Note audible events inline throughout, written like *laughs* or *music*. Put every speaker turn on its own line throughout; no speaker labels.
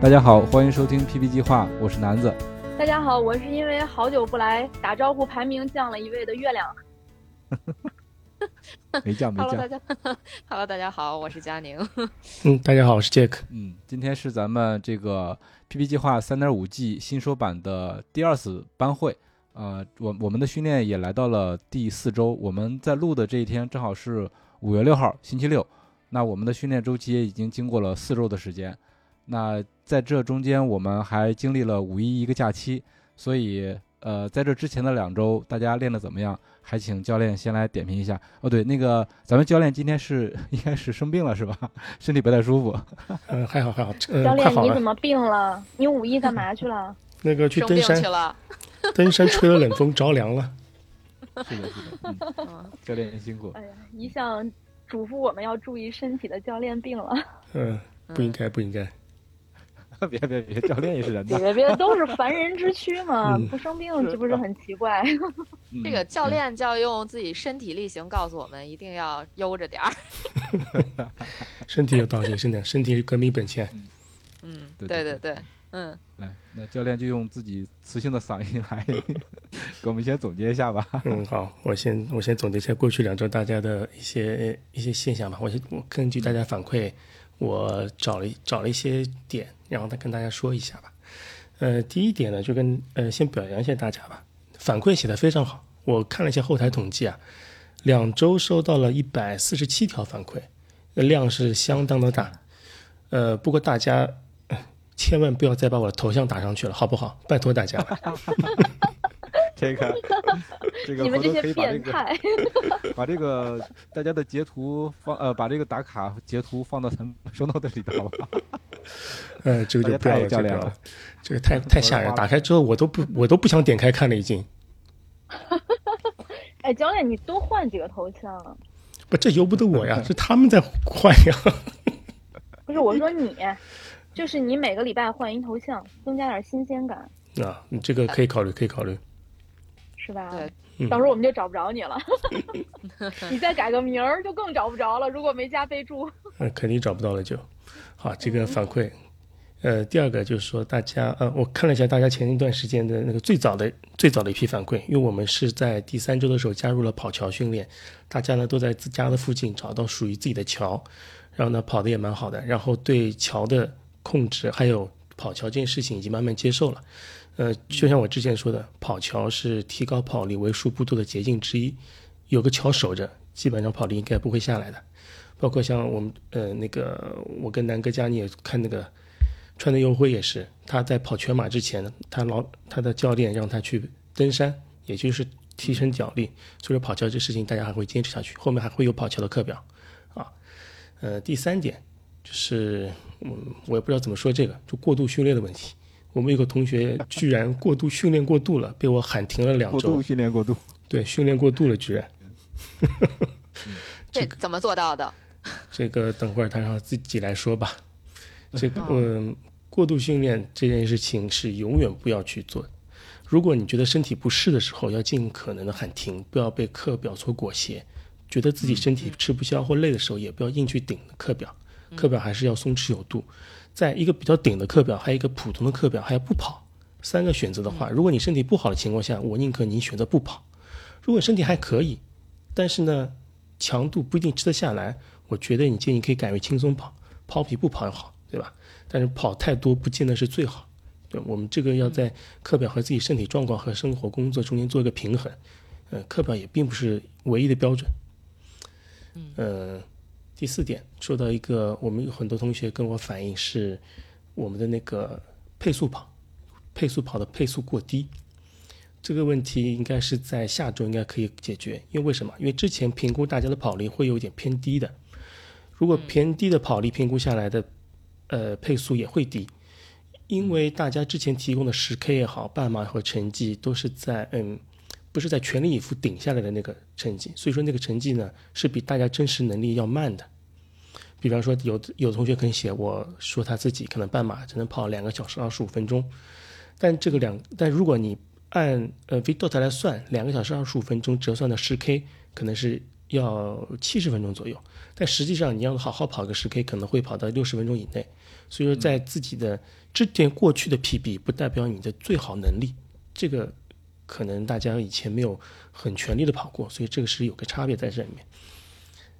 大家好，欢迎收听 PP 计划，我是南子。
大家好，我是因为好久不来打招呼，排名降了一位的月亮。
没降没
Hello，大
降，
家 *laughs* ，Hello，大家好，我是佳宁。
嗯，大家好，我是 Jack。
嗯，今天是咱们这个 PP 计划3.5 G 新说版的第二次班会。呃，我我们的训练也来到了第四周，我们在录的这一天正好是五月六号，星期六。那我们的训练周期也已经经过了四周的时间。那在这中间，我们还经历了五一一个假期，所以呃，在这之前的两周，大家练的怎么样？还请教练先来点评一下。哦，对，那个咱们教练今天是应该是生病了是吧？身体不太舒服。
嗯，还好还好，嗯，
教
快
练，
好
你怎
了。
么病了？你五一干嘛去
*laughs*
了？
那个去
生
登
病
山
*laughs*
去，了，
登山吹了冷风，着凉了。
是的，是的，嗯，
嗯，
教练您辛苦。 *laughs*
哎呀，一向嘱咐我们要注意身体的教练
*laughs*
病了，
嗯，不应该不应
嗯
该。
别别别，教练也是人的。
别别，都是凡人之躯
*laughs*
嘛，
嗯
不生病这不是很奇怪？
嗯
这个教练就要用自己身体力行告诉我们，一定要悠着点儿。
身体有道理，真的，身体革命本钱。
嗯，
对
对
对
对对，嗯，
来，那教练就用自己磁性的嗓音来 *laughs* 给我们先总结一下吧。 *laughs*
*laughs* 嗯，好，我先我先总结一下过去两周大家的一些一些现象吧。我先我根据大家反馈，我找了一找了一些点，然后再跟大家说一下吧。呃，第一点呢，就跟呃先表扬一下大家吧，反馈写的非常好。我看了一下后台统计啊，两周收到了一百四十七条反馈，呃量是相当的大。呃，不过大家、 *laughs* 呃千万不要再把我的头像打上去了，好不好？拜托大家了。
这个，这个
*laughs* 你们
回
这
头可
些
以把这
变
个
态，
*laughs* 把这个大家的截图放呃，把这个打卡截图放到咱们 *laughs* show note 里头，好吧？
呃，这个就不要了，这个不要了， *laughs* 这个太太吓人了。打开之后，我都不我都不想点开看了，已经。
*laughs* 哎，教练，你多换几个头像。啊
不，这由不得我呀，是他们在换呀。 *laughs*
不是我
*laughs*
说你，就是你每个礼拜换一头像，增加点新鲜感，
啊，你这个可以考虑，可以考虑。
是吧？
对
嗯
到时候我们就找不着你
*laughs*
了。 *laughs* 你再改个名儿就更找不着了。如果没加备注，
嗯，肯定找不到了就。好，这个反馈。呃，第二个就是说，大家呃，我看了一下大家前一段时间的那个最早的最早的一批反馈，因为我们是在第三周的时候加入了跑桥训练，大家呢都在自家的附近找到属于自己的桥，然后呢跑的也蛮好的，然后对桥的控制还有跑桥这件事情已经慢慢接受了。呃，就像我之前说的，跑桥是提高跑力为数不多的捷径之一，有个桥守着，基本上跑力应该不会下来的。包括像我们呃那个，我跟南哥佳你也看那个川内优辉也是，他在跑全马之前，他老他的教练让他去登山，也就是提升脚力，所以说跑桥这事情大家还会坚持下去，后面还会有跑桥的课表啊。呃，第三点就是嗯，我也不知道怎么说这个，就过度训练的问题。我们有个同学居然过度训练过度了，被我喊停了两
过度
周。
训练过度，
对，训练过度了，居然。
这怎么做到的？
*laughs* 这个等会儿他让自己来说吧。这个嗯，过度训练这件事情是永远不要去做的。如果你觉得身体不适的时候，要尽可能的喊停，不要被课表所裹挟。觉得自己身体吃不消或累的时候，也不要硬去顶课表，课表还是要松弛有度。在一个比较顶的课表，还有一个普通的课表，还有不跑，三个选择的话，如果你身体不好的情况下，我宁可你选择不跑。如果身体还可以，但是呢，强度不一定吃得下来，我觉得你建议可以改为轻松跑，跑比不跑要好，对吧？但是跑太多不见得是最好。对，我们这个要在课表和自己身体状况和生活工作中间做一个平衡。呃，课表也并不是唯一的标准。嗯、第四点说到一个，我们有很多同学跟我反映是我们的那个配速跑，配速跑的配速过低。这个问题应该是在下周应该可以解决，因为为什么？因为之前评估大家的跑力会有点偏低的，如果偏低的跑力评估下来的，呃，配速也会低，因为大家之前提供的十 K 也好，半马和成绩都是在嗯，不是在全力以赴顶下来的那个成绩，所以说那个成绩呢是比大家真实能力要慢的。比方说有有同学可以写，我说他自己可能半马只能跑两个小时二十五分钟，但这个两，但如果你按呃 v d o t 来算，两个小时二十五分钟折算的十 K 可能是要七十分钟左右，但实际上你要好好跑个十 K 可能会跑到六十分钟以内，所以说在自己的之前过去的 PB 不代表你的最好能力，这个可能大家以前没有很全力的跑过，所以这个是有个差别在这里面。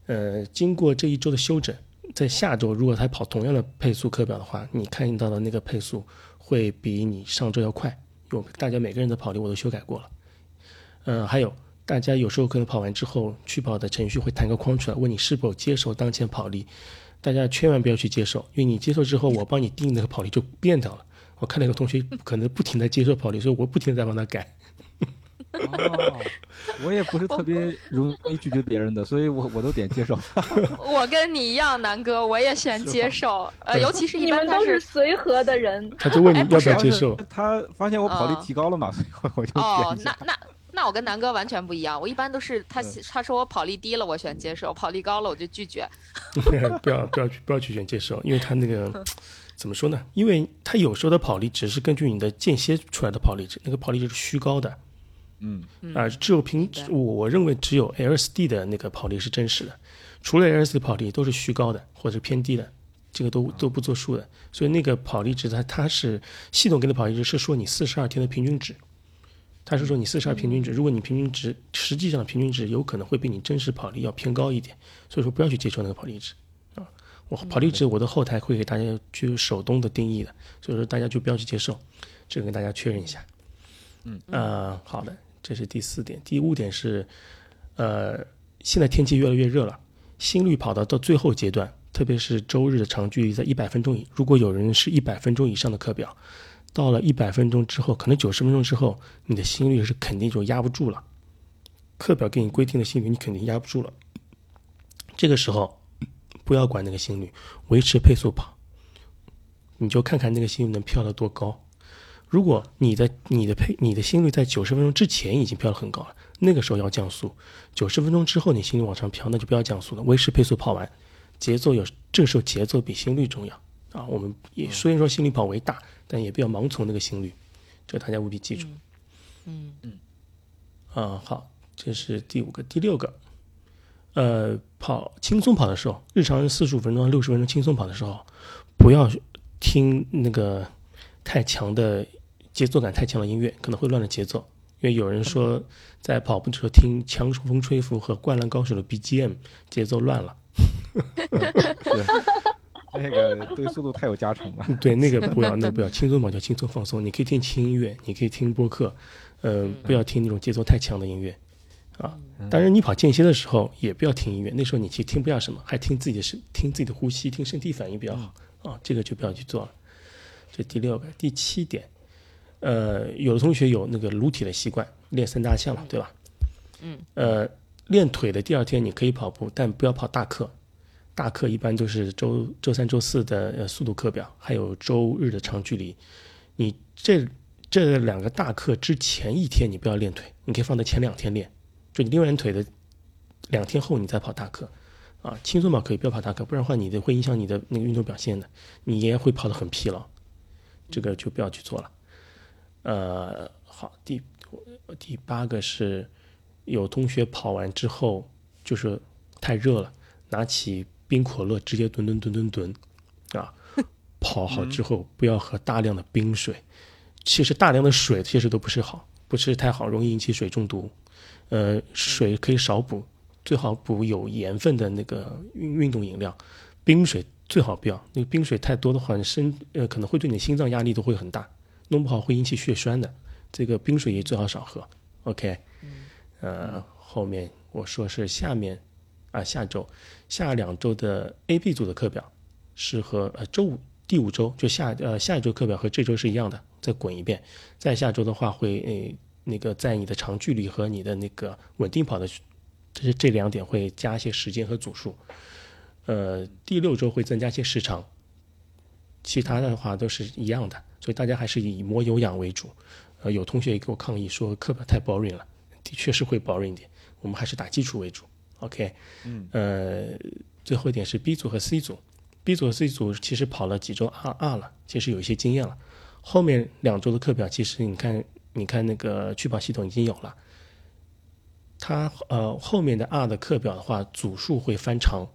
呃，经过这一周的休整，在下周如果他跑同样的配速课表的话，你看到的那个配速会比你上周要快。我大家每个人的跑力我都修改过了，呃，还有大家有时候可能跑完之后，去跑的程序会弹个框出来，问你是否接受当前跑力。大家千万不要去接受，因为你接受之后，我帮你定那个跑力就变掉了。我看到有个同学可能不停的接受跑力，所以我不停的在帮他改。
哦，我也不是特别容易拒绝别人的，所以我我都点接受。
*laughs* 我跟你一样，南哥，我也选接受，呃，
对
*laughs*
尤其是一
你
般
们
他
都是随和的人，
他就问你
*laughs* 哎
*laughs* 要
不
不
是
要接受，
*laughs* 他发现我跑力提高了嘛，所以我就
哦
点一，
那
下。
那那我跟南哥完全不一样，我一般都是他
嗯
他说我跑力低了，我选接受；跑力高了，我就拒绝。
*laughs* 不要不要去不要去选接受，因为他那个怎么说呢？因为他有时候的跑力只是根据你的间歇出来的跑力值，那个跑力值是虚高的。
嗯，
嗯
啊，只有凭
白
我我认为只有 LSD 的那个跑力是真实的，除了 LSD 跑力都是虚高的或者是偏低的，这个都都不作数的。所以那个跑力值它它是系统给的跑力值是说你四十二天的平均值，它是说你四十二平均值，如果你平均值实际上的平均值有可能会比你真实跑力要偏高一点，所以说不要去接受那个跑力值啊。我跑力值我的后台会给大家去手动的定义的，所以说大家就不要去接受，这个跟大家确认一下。
嗯
呃，好的，这是第四点。第五点是，呃，现在天气越来越热了，心率跑到到最后阶段，特别是周日的长距离在一百分钟以，如果有人是一百分钟以上的课表，到了一百分钟之后，可能九十分钟之后，你的心率是肯定就压不住了。课表给你规定的心率，你肯定压不住了。这个时候，不要管那个心率，维持配速跑，你就看看那个心率能飘得多高。如果你的你的配你的心率在九十分钟之前已经飘得很高了，那个时候要降速；九十分钟之后你心率往上飘，那就不要降速了，维持配速跑完。节奏有这个时候节奏比心率重要啊。我
嗯
们也虽然说心率跑为大，但也不要盲从那个心率，这个大家务必记住。
嗯，
啊，好，这是第五个，第六个，呃，跑轻松跑的时候，日常四十五分钟、六十分钟轻松跑的时候，不要听那个太强的节奏感太强的音乐，可能会乱了节奏。因为有人说，在跑步的时候听《强风吹拂》和《灌篮高手》的 BGM 节奏乱了，
那个对速度太有加成了。
嗯对那个不要，那个不要，轻松跑就轻松放松。你可以听轻音乐，你可以听播客，呃，不要听那种节奏太强的音乐啊。当然，你跑间歇的时候也不要听音乐，那时候你其实听不下什么，还听自己的身，听自己的呼吸，听身体反应比较好啊。这个就不要去做了。这第六个，第七点，呃，有的同学有那个撸铁的习惯，练三大项嘛，对吧？
嗯。
呃，练腿的第二天你可以跑步，但不要跑大课，大课一般都是周周三、周四的呃速度课表，还有周日的长距离。你这这两个大课之前一天你不要练腿，你可以放在前两天练，就你练完腿的两天后你再跑大课。啊，轻松跑可以，不要跑大课，不然的话你的会影响你的那个运动表现的，你也会跑得很疲劳，这个就不要去做了。呃，好，第第八个是有同学跑完之后就是太热了，拿起冰可乐直接吨吨吨吨吨，啊，跑好之后不要喝大量的冰水，其实大量的水其实都不是好，不是太好，容易引起水中毒。呃，水可以少补，最好补有盐分的那个运运动饮料，冰水最好不要，那个冰水太多的话，你身呃可能会对你心脏压力都会很大，弄不好会引起血栓的。这个冰水也最好少喝。OK，呃，后面我说是下面啊，下周下两周的 A、B 组的课表是和呃周五第五周就下呃下一周课表和这周是一样的，再滚一遍。再下周的话会呃那个在你的长距离和你的那个稳定跑的这这两点会加一些时间和组数。呃，第六周会增加些时长，其他的话都是一样的，所以大家还是以磨有氧为主。呃，有同学也给我抗议说课表太 boring 了，的确是会 boring 一点，我们还是打基础为主。OK，
嗯，
呃，最后一点是 B 组和 C 组，B 组和 C 组其实跑了几周 RR 了，其实有一些经验了。后面两周的课表，其实你看，你看那个去跑系统已经有了，它呃后面的 R 的课表的话，组数会翻长，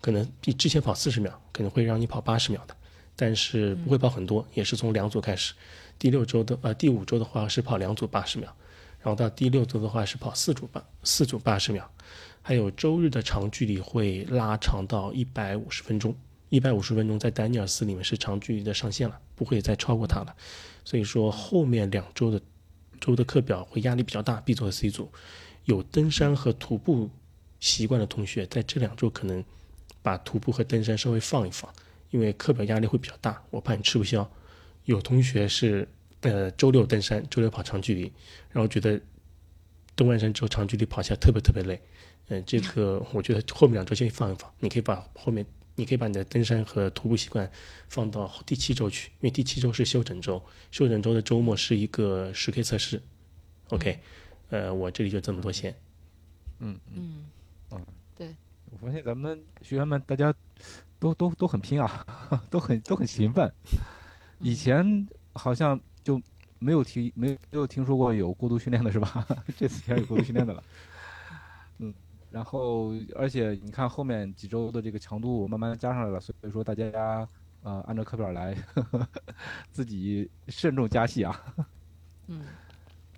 可能比之前跑四十秒，可能会让你跑八十秒的，但是不会跑很多，也是从两组开始。第六周的呃第五周的话是跑两组八十秒，然后到第六周的话是跑四组八四组八十秒，还有周日的长距离会拉长到一百五十分钟，一百五十分钟在丹尼尔斯里面是长距离的上限了，不会再超过它了。所以说后面两周的周的课表会压力比较大，B 组和 C 组有登山和徒步习惯的同学，在这两周可能把徒步和登山稍微放一放，因为课表压力会比较大，我怕你吃不消。有同学是呃周六登山，周六跑长距离，然后觉得登完山之后长距离跑下来特别特别累。嗯、这个我觉得后面两周先放一放，你可以把后面你可以把你的登山和徒步习惯放到第七周去，因为第七周是休整周，休整周的周末是一个十 K 测试。OK，呃，我这里就这么多先。
嗯，
我发现咱们学员们大家都都都很拼啊，都很都很勤奋。以前好像就没有提没有没有听说过有过度训练的是吧？ *laughs* 这次竟然有过度训练的了。嗯，然后而且你看后面几周的这个强度慢慢加上来了，所以说大家呃按照课表来， *laughs* 自己慎重加戏啊。
嗯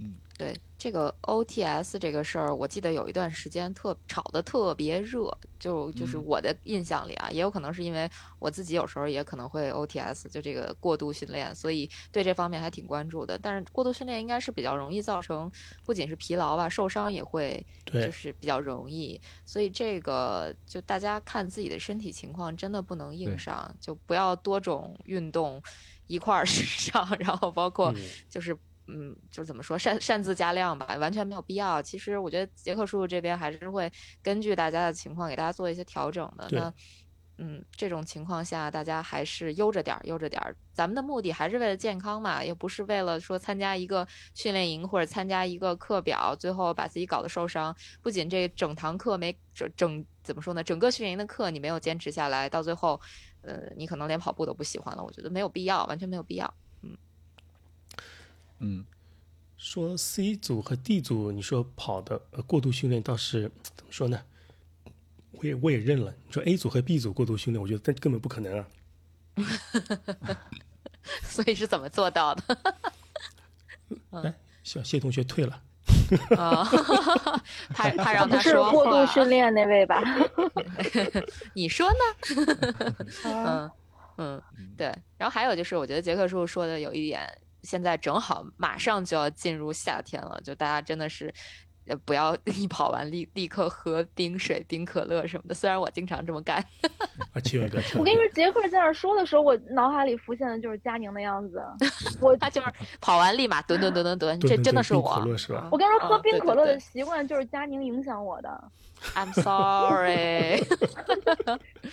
嗯，
对，这个 OTS 这个事儿，我记得有一段时间特炒得特别热，就就是
嗯
我的印象里啊，也有可能是因为我自己有时候也可能会 OTS，就这个过度训练，所以对这方面还挺关注的。但是过度训练应该是比较容易造成不仅是疲劳吧，受伤也会
对
就是比较容易，所以这个就大家看自己的身体情况，真的不能硬
对
上，就不要多种运动一块儿 *laughs* 上，然后包括
嗯
就是嗯，就是怎么说擅擅自加量吧，完全没有必要。其实我觉得杰克叔叔这边还是会根据大家的情况给大家做一些调整的。
对
那嗯，这种情况下，大家还是悠着点儿，悠着点儿。咱们的目的还是为了健康嘛，也不是为了说参加一个训练营或者参加一个课表，最后把自己搞得受伤。不仅这整堂课没整整怎么说呢，整个训练营的课你没有坚持下来，到最后，呃，你可能连跑步都不喜欢了。我觉得没有必要，完全没有必要。 *laughs*
嗯，
说 C 组和 D 组，你说跑的、呃、过度训练倒是怎么说呢？我也我也认了。你说 A 组和 B 组过度训练，我觉得根根本不可能啊。
所以是怎么做到的？
小谢同学退了，
啊，
*laughs*
怕怕让
不
他
是
说
过度
话
训练那位吧？
你说呢？
啊
嗯嗯，对。然后还有就是，我觉得杰克叔叔说的有一点，现在正好马上就要进入夏天了，就大家真的是。呃，不要一跑完立立刻喝冰水、冰可乐什么的。虽然我经常这么干， *laughs*
啊，千万不要
*laughs*
跳。
我跟你说，杰克在那儿说的时候，我脑海里浮现的就是佳宁的样
*laughs*
子。我
他就是跑完立马蹲蹲蹲蹲蹲，
蹲
这
蹲
真的
蹲
是
冰
我。
可乐是吧
啊
我跟你说，喝
嗯
冰
对
可
对
乐
对
的习惯就是佳宁影响我的，
I'm sorry，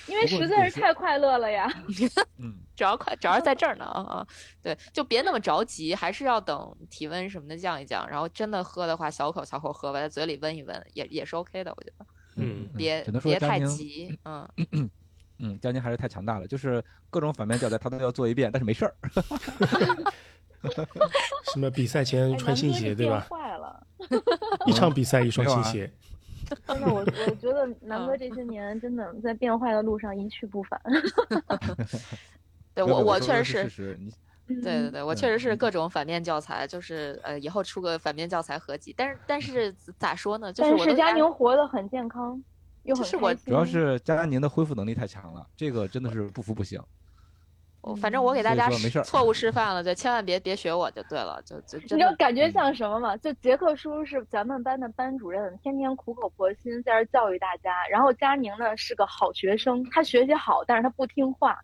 因为
不过
实在
也
是
是
太快乐了呀。
嗯，
主要快，主要在这儿呢啊啊！对，就别那么着急，还是要等体温什么的降一降，然后真的喝的话，小口小口喝吧，在嘴里温一温，也也是 OK 的，我觉得。
嗯
别
只能说
别
家
太
庭
急，嗯，
嗯，佳宁还是太强大了，就是各种反面教材他都要做一遍，但是没事儿。
什么比赛前
哎
穿新
南哥
鞋
你
对
变
吧？
坏了，
一场比赛一双新鞋，
真的，我我觉
*laughs*
得南哥这些年
嗯
真的在变坏的路上一去不返。
对
没有没
我
有
我
说
确
的是
实是
事，实，你
对对
嗯，
对，我确实是各种反面教材，就是呃，以后出个反面教材合集，但是但
嗯
是咋说呢，就是
但
我
是
都
佳
压
宁活得很健康，又很
就是我
开心
主要是佳宁的恢复能力太强了，这个真的是不服不行。
我反正我给大
所以
家
说没事儿
错误示范了，就千万别别学我就对了，就就
你
真
知道
的嗯
感觉像什么吗？就杰克叔叔是咱们班的班主任，天天苦口婆心在这儿教育大家。然后佳宁呢是个好学生，他学习好，但是他不听
*laughs*
话，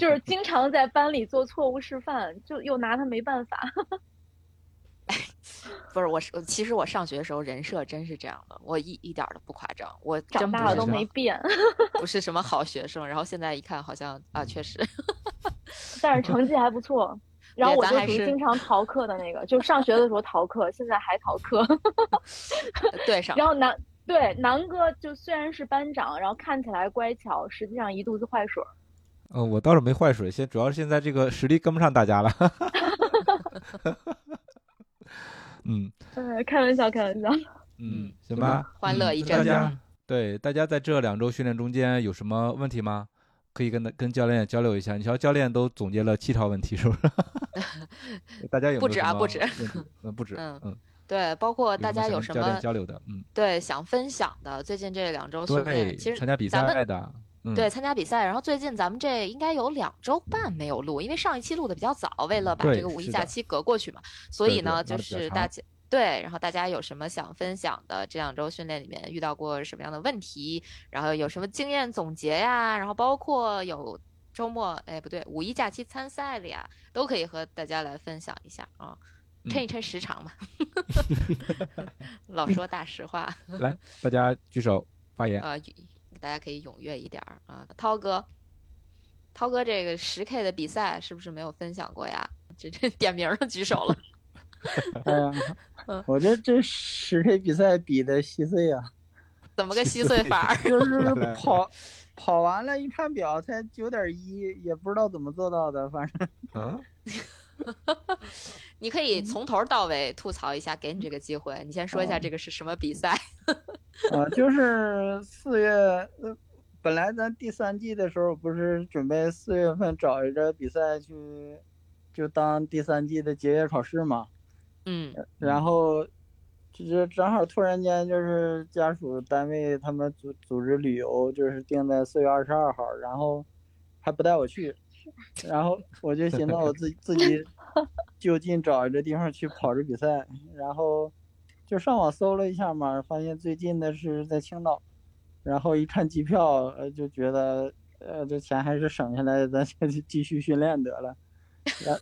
就是经常在班里做错误示范，就又拿他没办法。
不是，我是其实我上学的时候人设真是这样的，我一一点儿都不夸张，我
长
真不
大了
是
都
什么
没变，
不是什么好学生，然后现在一看好像啊，确实
但是成绩还不
*laughs*
错。然后
对
我
咱
就
还
属于
是
经常逃课的那个，就上学的时候逃课，现在还逃课。 *laughs*
嗯
对上
然后南对南哥就虽然是班长，然后看起来乖巧，实际上一肚子坏水儿。
嗯，我倒是没坏水，现主要是现在这个实力跟不上大家了。 *laughs* 嗯
嗯，开玩笑，开玩笑。
嗯
嗯，
行吧，
欢乐一
嗯大
阵
家
子。
对大家在这两周训练中间有什么问题吗？可以跟跟教练交流一下。你瞧，教练都总结了七条问题，是不是？
*laughs*
大家有没有
不止啊
什么
不止
问题，嗯，不止，
嗯
嗯，
对，包括大家有
什
什
么想跟教练
么
交流的？嗯，
对想分享的，最近这两周训
对，
练，其实
参加比
咱们
赛的，嗯，
对，参加比赛，然后最近咱们这应该有两周半没有录，因为上一期录的比较早，为了把
嗯对
这个五
是
一
的
假期隔过去嘛，所
对
以
对
呢，
拉
就
得比较
是
长
大家对，然后大家有什么想分享的，这两周训练里面遇到过什么样的问题，然后有什么经验总结呀，然后包括有周末，哎，不对，五一假期参赛的呀，都可以和大家来分享一下啊，
嗯
抻一抻时长嘛， *laughs* 老说大实话。 *laughs*
来，大家举手发言。
啊，大家可以踊跃一点儿啊。涛哥，涛哥这个十 K 的比赛是不是没有分享过呀？这这点名儿的举手了。
哎呀
嗯，
*laughs* 我这这十 K 比赛比的稀碎啊，
怎么个稀碎法儿？
*laughs*
*laughs*
就是跑跑完了，一看表才九点一，也不知道怎么做到的，反正
啊
嗯，
你可以
嗯
从头到尾吐槽一下，给你这个机会。你先说一
哦
下这个是什么比赛？ *laughs*
*laughs* 啊，就是四月，呃，本来咱第三季的时候不是准备四月份找一个比赛去，就当第三季的结业考试嘛，
嗯
然后。就是正好突然间就是家属单位他们组组织旅游，就是定在四月二十二号，然后还不带我去， *laughs* 然后我就寻思我自己自己就近找一个地方去跑这比赛，然后就上网搜了一下嘛，发现最近的是在青岛，然后一看机票，呃，就觉得呃这钱还是省下来，咱先去继续训练得了，然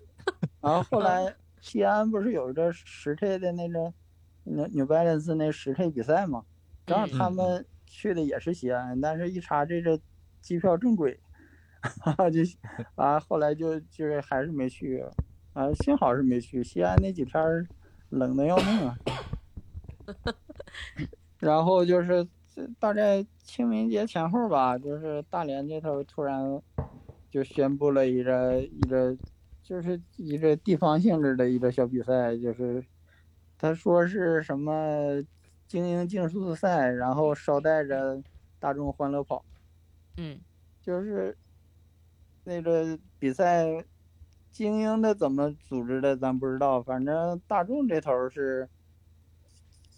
然后后来西安不是有一个十 K 的那个 New New Balance 那十 K 比赛嘛，正好他
嗯嗯
们去的也是西安，但是一查这个机票正轨。然后 *laughs* 就啊，后来就就是还是没去，啊，幸好是没去。西安那几天儿冷的要命啊。然后就是这大概清明节前后吧，就是大连这头突然就宣布了一个一个，就是一个地方性质的一个小比赛，就是他说是什么精英竞速赛，然后捎带着大众欢乐跑。
嗯
就是那个比赛精英的怎么组织的，咱不知道。反正大众这头是，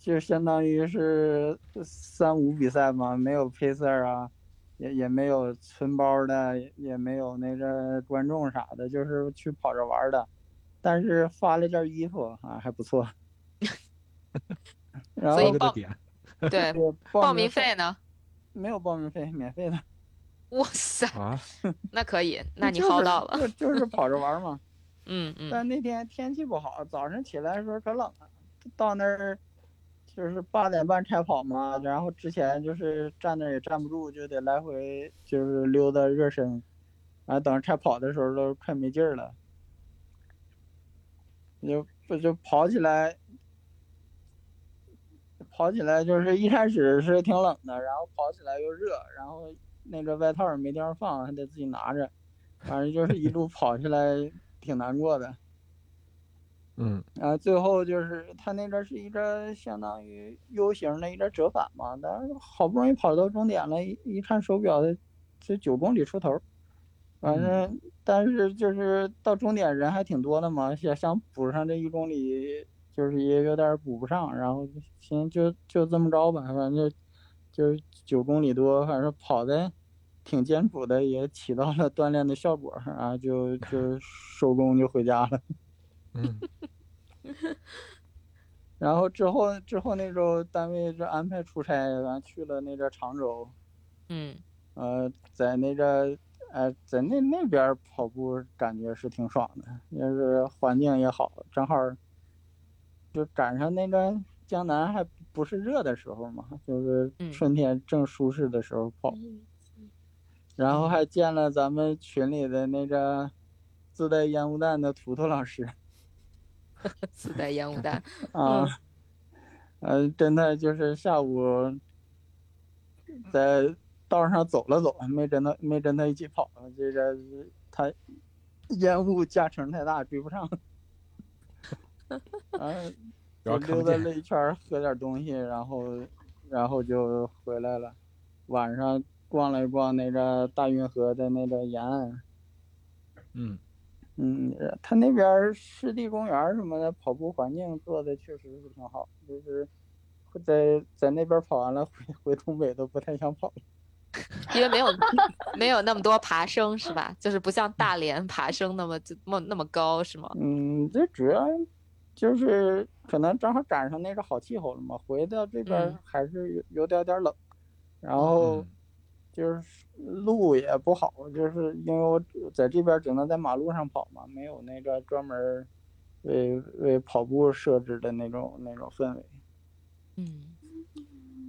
就相当于是三无比赛嘛，没有配色啊，也也没有存包的，也也没有那个观众啥的，就是去跑着玩儿的。但是发了件衣服啊，还
*laughs*
不错。然后
所以
高个
报
点，
*laughs*
对，
就
报
报
名
名
费呢？
没有报名费，免费的。
哇塞，
啊，
那可以，那你
就是
薅到了。
就就是跑着玩儿嘛。
嗯嗯，
但那天天气不好，早上起来的时候可冷了，到那儿就是八点半开跑嘛，然后之前就是站那儿也站不住，就得来回就是溜达热身，然后等开跑的时候都快没劲儿了，就不就跑起来。跑起来就是一开始是挺冷的，然后跑起来又热，然后那个外套也没地方放，还得自己拿着，反正就是一路跑下来挺难过的。
嗯
然后最后就是他那个是一个相当于 U 型的一个折返嘛，但是好不容易跑到终点了，一一看手表，这九公里出头，反正但是就是到终点人还挺多的嘛，想想补上这一公里，就是也有点补不上，然后就寻思就就这么着吧，反正就就是九公里多，反正跑的挺艰苦的，也起到了锻炼的效果，然后就就收工就回家了。
嗯
然后之后之后那周单位就安排出差，完去了那个常州，
嗯，
呃，在那个呃在那那边儿跑步感觉是挺爽的，就是环境也好，正好儿就赶上那个江南还不是热的时候嘛，就是春天正舒适的时候跑，然后还见了咱们群里的那个自带烟雾弹的图图老师
自带烟雾弹，
*laughs* 嗯
啊，呃，真的就是下午在道上走了走，没跟他没跟他一起跑，这个他烟雾加成太大，追不上。
*laughs*
嗯，
然后
我
看不
溜达
见
了一圈儿，喝点东西，然后，然后就回来了。晚上逛了一逛那个大运河的那个沿岸，
嗯，
嗯，他那边儿湿地公园儿什么的，跑步环境做的确实是挺好，就是会在在那边跑完了，回回东北都不太想跑了。
因为没有 *laughs* 没有那么多爬升是吧？就是不像大连爬升那么就那么那么高是吗？
嗯，这主要就是可能正好赶上那个好气候了嘛，回到这边儿
嗯
还是有有点点冷，然后。
哦
嗯
就是路也不好，就是因为我在这边只能在马路上跑嘛，没有那个专门为为跑步设置的那种那种氛围。
嗯，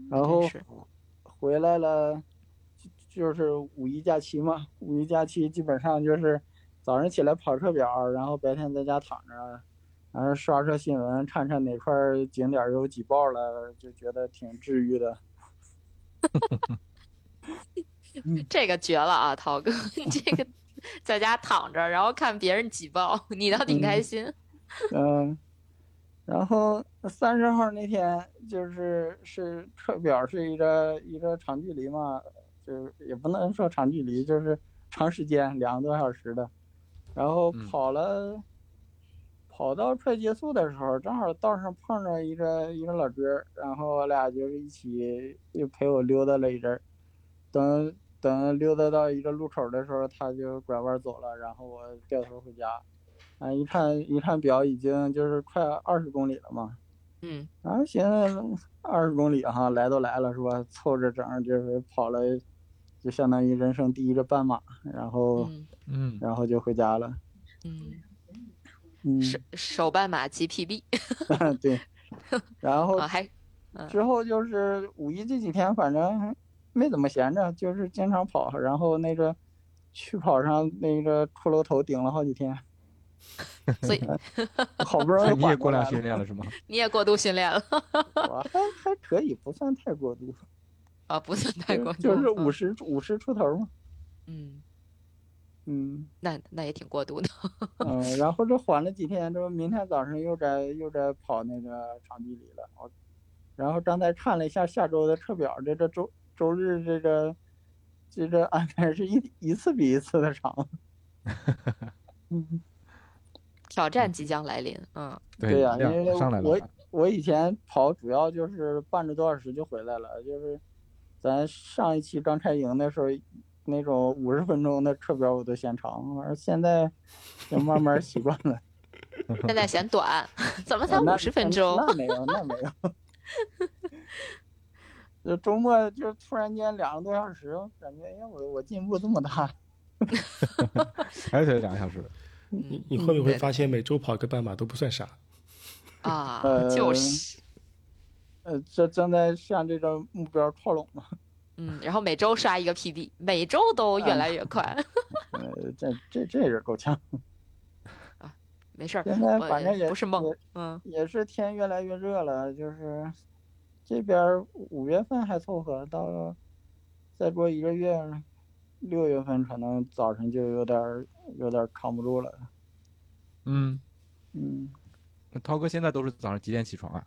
然后
真是
回来了，就就是五一假期嘛，五一假期基本上就是早上起来跑课表，然后白天在家躺着，然后刷刷新闻，看看哪块儿景点儿有挤爆了，就觉得挺治愈的。
这个绝了啊，涛哥， *laughs* 这个在家躺着，然后看别人挤爆， *laughs* 你倒挺开
嗯
心。
嗯，然后三十号那天就是是课表是一个一个长距离嘛，就是也不能说长距离，就是长时间两个多小时的，然后
嗯
跑了，跑到快结束的时候，正好道上碰着一个一个老哥儿，然后我俩就是一起又陪我溜达了一阵儿，等等溜达到一个路口的时候，他就拐弯走了，然后我掉头回家。啊，一看一看表，已经就是快二十公里了嘛。
嗯，
然后寻思二十公里哈，来都来了是吧？凑着整，就是跑了，就相当于人生第一个半马，然后、
嗯
嗯，
然后就回家了。
嗯，
嗯，
手手办马骑 PB
*laughs* 对。 *laughs* 然后
啊，还嗯
之后就是五一这几天，反正没怎么闲着，就是经常跑，然后那个去跑上那个骷髅头顶了好几天， *laughs*
所以
好不容
所以 *laughs*
易
你也
缓
过
过
量
来
训
了，
练了是吗？
你也过度训练了 *laughs*
我还还可以，不算太过度。
啊？不算 *laughs* 太过度，
就是
嗯
五十五十出头嘛，
嗯，
嗯
那那也挺过度的。
嗯、然后这缓了几天，这不明天早上又该又该跑那个长距离了。我然后刚才看了一下下周的课表，这个周周日这个这个安排是一一次比一次的长。嗯，
挑战即将来临，嗯，
对
啊
呀、
量
因为
上来了
我，我以前跑主要就是半个多小时就回来了，就是咱上一期刚开营的时候，那种五十分钟的课表我都嫌长，完了现在就慢慢习惯
*laughs*
了。
*laughs*
啊
现在嫌短， *laughs* 怎么才
哦那
五十分钟？
那没有，那没有。 *laughs* 就周末就突然间两个多小时，我感觉哎呀，我我进步这么大，
还得两个小时。
你
嗯
你会不会
对
发现每周跑个半马都不算啥？
啊，
呃
就是，
呃，这正在向这个目标靠拢嘛。
嗯，然后每周刷一个 PB，每周都越来越快。
呃，这这这人够呛。
没事儿，
现在
我
反正也
不是梦
也，
嗯，
也是天越来越热了，就是这边儿五月份还凑合，到再过一个月，六月份可能早晨就有点儿有点儿扛不住了。
嗯，
嗯，
那涛哥现在都是早上几点起床啊？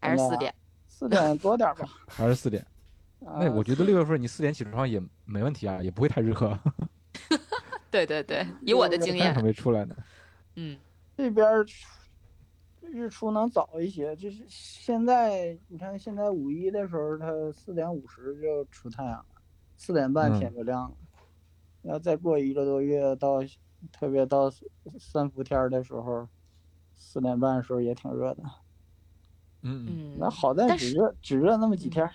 还是四点，
四点多点儿吧。
还是四点？
啊
那我觉得六月份你四点起床也没问题啊，也不会太热，
对对对，以我的
对
经
太
验
阳，没出来呢。
嗯，
这边儿日出能早一些，就是现在你看，现在五一的时候，它四点五十就出太阳了，四点半
嗯
天就亮了。要再过一个多月到，特别到三伏天儿的时候，四点半的时候也挺热的。
嗯嗯，
嗯
那好在
但
只
是嗯
热只热那么几天儿。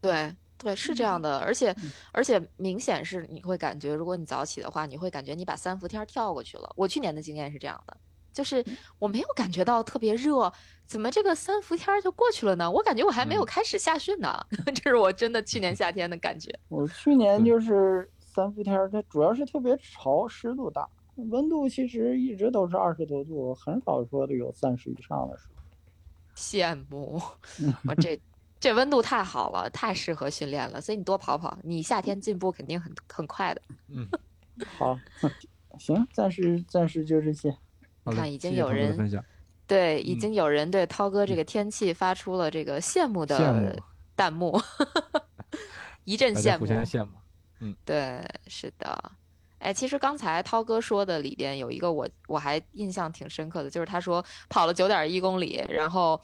对对是这样
嗯
的，而且而且明显是你会感觉，如果你早起的话，你会感觉你把三伏天儿跳过去了。我去年的经验是这样的，就是
嗯
我没有感觉到特别热，怎么这个三伏天儿就过去了呢？我感觉我还没有
嗯
开始下训呢， *laughs* 这是我真的去年夏天的感觉。
我去年
对
就是三伏天儿，它主要是特别潮，湿度大，温度其实一直都是二十多度，很少说有三十以上的时候。
羡慕
嗯，
我
*laughs*
这这温度太好了，太适合训练了，所以你多跑跑，你夏天进步肯定很很快的。
嗯，
好， *laughs* 行，暂时暂时就这些。
好嘞
看已经
谢谢
有
涛哥的
人
分享，
对，已
嗯
经有人对涛哥这个天气发出了这个羡慕
羡慕
的弹幕， *laughs* 一阵
大家
羡
互相
慕。
羡慕。
对，是的。哎，其实刚才涛哥说的里边有一个我我还印象挺深刻的，就是他说跑了九点一公里，然后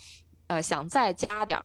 呃想再加点儿，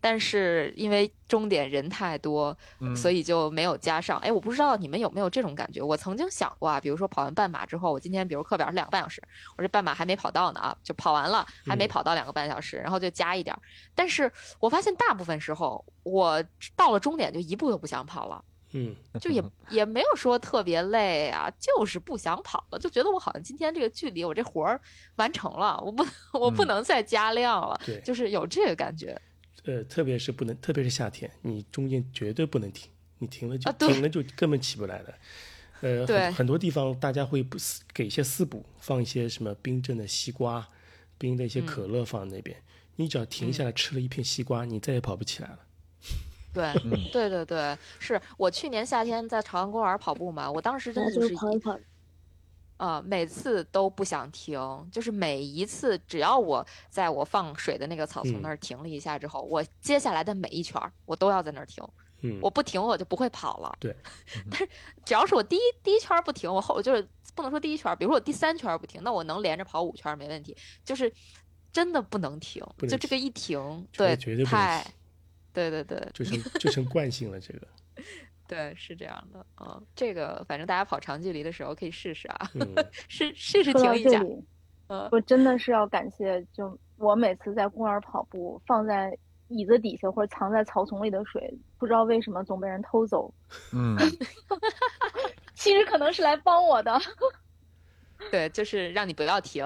但是因为终点人太多，
嗯，
所
以
以就没有加上。哎，我不知道你们有没有这种感觉。我曾经想过啊，比如说跑完半马之后，我今天比如课表是两个半小时，我这半马还没跑到呢啊，就跑完了还没
嗯
跑到两个半小时，然后就加一点儿。但是我发现大部分时候，我到了终点就一步都不想跑了，
嗯，
就也也没有说特别累啊，就是不想跑了，就觉得我好像今天这个距离我这活儿完成了，我不我不
嗯
能再加量了，
对，
就是有这个感觉。
呃，特别是不能，特别是夏天，你中间绝对不能停，你停了就、
啊对
停了就根本起不来了。呃，
对
很很多地方大家会不私给一些私补，放一些什么冰镇的西瓜、冰的一
嗯
些可乐放在那边，你只要停下来吃了一片西瓜，你再也跑不起来了。
对，
嗯
*laughs* 对对对，是我去年夏天在朝阳公园跑步嘛，我当时真的就是
哦跑一跑，
呃，每次都不想停，就是每一次只要我在我放水的那个草丛那儿停了一下之后，我接下来的每一圈儿我都要在那儿停，
嗯，
我不停我就不会跑了。 *laughs*
对，嗯
但是只要是我第一第一圈儿不停，我后就是不能说第一圈儿，比如说我第三圈儿不停，那我能连着跑五圈儿没问题，就是真的不能停，
不能
就这个
停
一停，
绝
对，
绝对不能
太
停，
对对对，
就成就成惯性了。这个，
对，是这样的，嗯，这个反正大家跑长距离的时候可以试试啊，
嗯，
试试试
说
停
到
一
这
下，
里，
嗯，
我真的是要感谢，就我每次在公园跑步，放在椅子底下或者藏在草丛里的水，不知道为什么总被人偷走。
嗯，
其实可能是来帮我的，
对，就是让你不要停，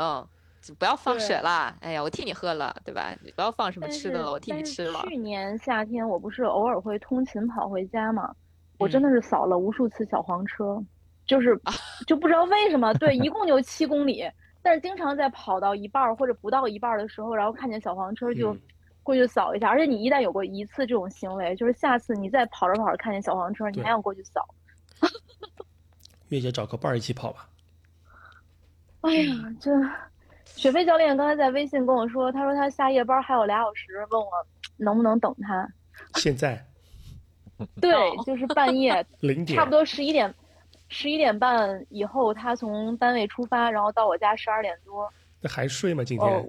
就不要放
对
水了，哎呀，我替你喝了，对吧？你不要放什么
但
吃
是
的了，我替你
但是
吃了，
去年夏天我不是偶尔会通勤跑回家嘛，我
嗯
真的是扫了无数次小黄车，就是
啊
就不知道为什么，对，一共就七公里，但是经常在跑到一半儿或者不到一半儿的时候，然后看见小黄车就
嗯
过去扫一下。而且你一旦有过一次这种行为，就是下次你再跑着跑着看见小黄车，你
对
还想过去扫。
月姐找个伴儿一起跑
*laughs*
吧。
哎呀，
嗯
这雪飞教练刚才在微信跟我说，他说他下夜班还有俩小时，问我能不能等他。
现在
对
哦，
就是半夜
零点
差不多十一点，十一点半以后，他从单位出发，然后到我家十二点多。
那还睡吗？今天、
哦，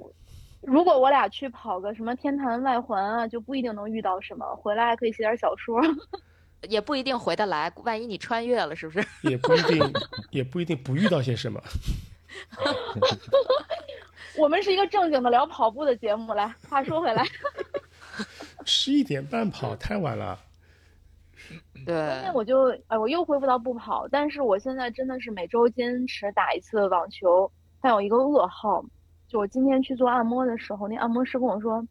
如果我俩去跑个什么天坛外环啊，就不一定能遇到什么，回来还可以写点小说。 *laughs*
也不一定回得来，万一你穿越了，是不是？
*laughs*
*laughs*
也不一定， *laughs* 也不一定不遇到些什么。
我们是一个正经的聊跑步的节目，来，话说回来，
十一点半跑太晚了，
对
嗯
今，天我就哎，我又恢复到不跑，但是我现在真的是每周坚持打一次网球，但有一个噩耗，就我今天去做按摩的时候，那按摩师跟我说：“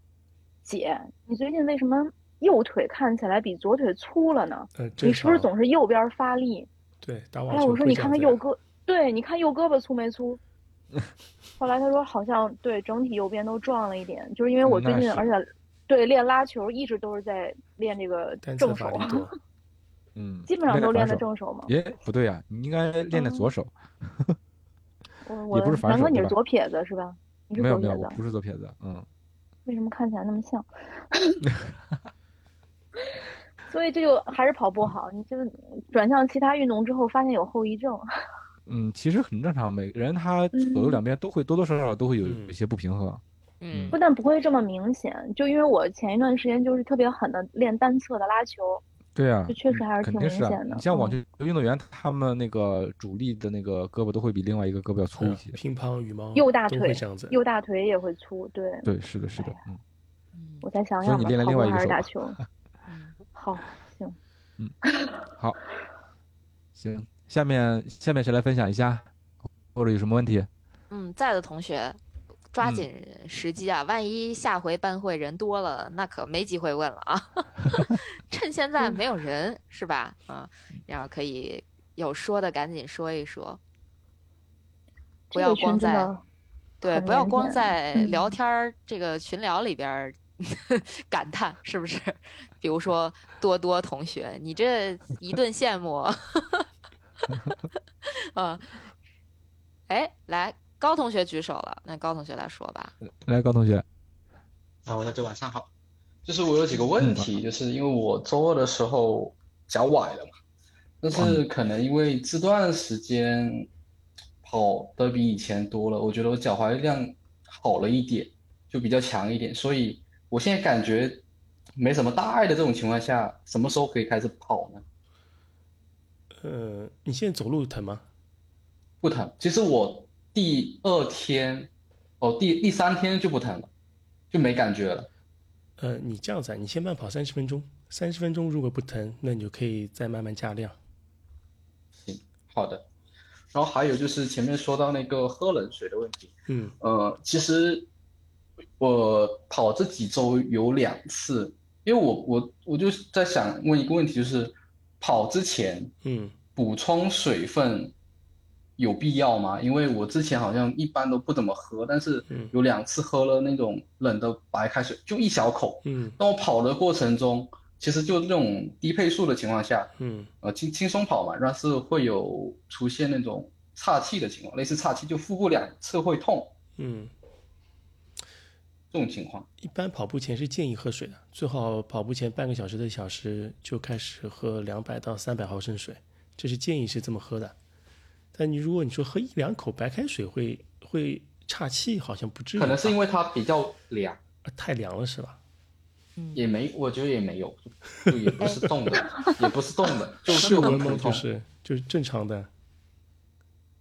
姐，你最近为什么右腿看起来比左腿粗了呢？
呃，
你
正
是不是
常
总是右边发力
对打？”网
后来
球
我
会这样子呀？
说：“你看看右胳，对，你看右胳膊粗
*laughs*
没粗？”后来他说：“好像对，整体右边都壮了一点，就是因为我
嗯
最
那
近
是
而且对练拉球一直都是在练这个
单侧
正
发
手，啊
力多，
嗯，
*laughs* 基本上都练的
反手。
正手嘛。”
耶，不对呀、你应该练的左手。
我我
也不是反
南哥，
手
你
对
是
吧
左撇子是吧？嗯你是
没
左
有没
撇
有，
子啊
我，不是左撇子。嗯，
为什么看起来那么像？ *laughs* 所以这就还是跑步好，你就是转向其他运动之后，发现有后遗症。
嗯，其实很正常，每个人他左右
嗯
两边都会多多少少都会有
嗯
一些不平衡。
嗯
不，但不会这么明显，就因为我前一段时间就是特别狠的练单侧的拉球，
对呀、
这确实还是
肯
挺
定
明
是啊
显的
你像网球
嗯
运动员，他们那个主力的那个胳膊都会比另外一个胳膊要粗
啊
一
嗯
些。
乒乓、羽毛
右大
都会
腿
这样子，
右大腿也会粗。对，
对，是的，
哎
是的，嗯，
嗯
我再想
所以
想
你
吧
练了，
跑
另外一
步
个
还
手
是打
吧
球。
*laughs*
嗯
好，行，
好，行，下面下面谁来分享一下，或者有什么问题？
嗯，在的同学，抓
嗯
紧时机啊！万一下回班会人多了，那可没机会问了啊！ *laughs* 趁现在没有人，是吧？啊，然后可以有说的赶紧说一说，
这
不要
个群
光
真
在
的
对，
很
不要
腼
光
腆
在
嗯
聊天儿这个群聊里边儿 *laughs* 感叹，是不是？ *laughs* 比如说多多同学，你这一顿羡慕， *laughs* 啊，哎，来高同学举手了，那高同学来说吧，
来，高同学，
啊，我大家晚上好。就是我有几个问题，就是因为我周二的时候脚崴了嘛，但是可能因为这段时间跑的比以前多了，我觉得我脚踝力量好了一点，就比较强一点，所以我现在感觉没什么大碍的这种情况下，什么时候可以开始跑呢？
呃，你现在走路疼吗？
不疼。其实我第二天，哦，第第三天就不疼了，就没感觉了。
呃，你这样子啊，你先慢跑三十分钟，三十分钟如果不疼，那你就可以再慢慢加量。
好的，然后还有就是前面说到那个喝冷水的问题，
嗯，
呃，其实我跑这几周有两次，因为我我我就是在想问一个问题，就是跑之前
嗯，
补充水分有必要吗？因为我之前好像一般都不怎么喝，但是
嗯
有两次喝了那种冷的白开水，就一小口。
嗯
那我跑的过程中，其实就那种低配速的情况下，
嗯
呃轻轻松跑嘛，但是会有出现那种岔气的情况，类似岔气就腹部两侧会痛
嗯，
这种情况。
一般跑步前是建议喝水的，最好跑步前半个小时到一小时就开始喝两百到三百毫升水，这是建议是这么喝的。但你如果你说喝一两口白开水会会岔气，好像不至于吧，
可能是因为它比较凉，
啊太凉了是吧？
也没，我觉得也没有，就也不是冻的，也不是冻
*laughs*
的，就
室
就
温吗
很
就
普？通。
是就是正常的。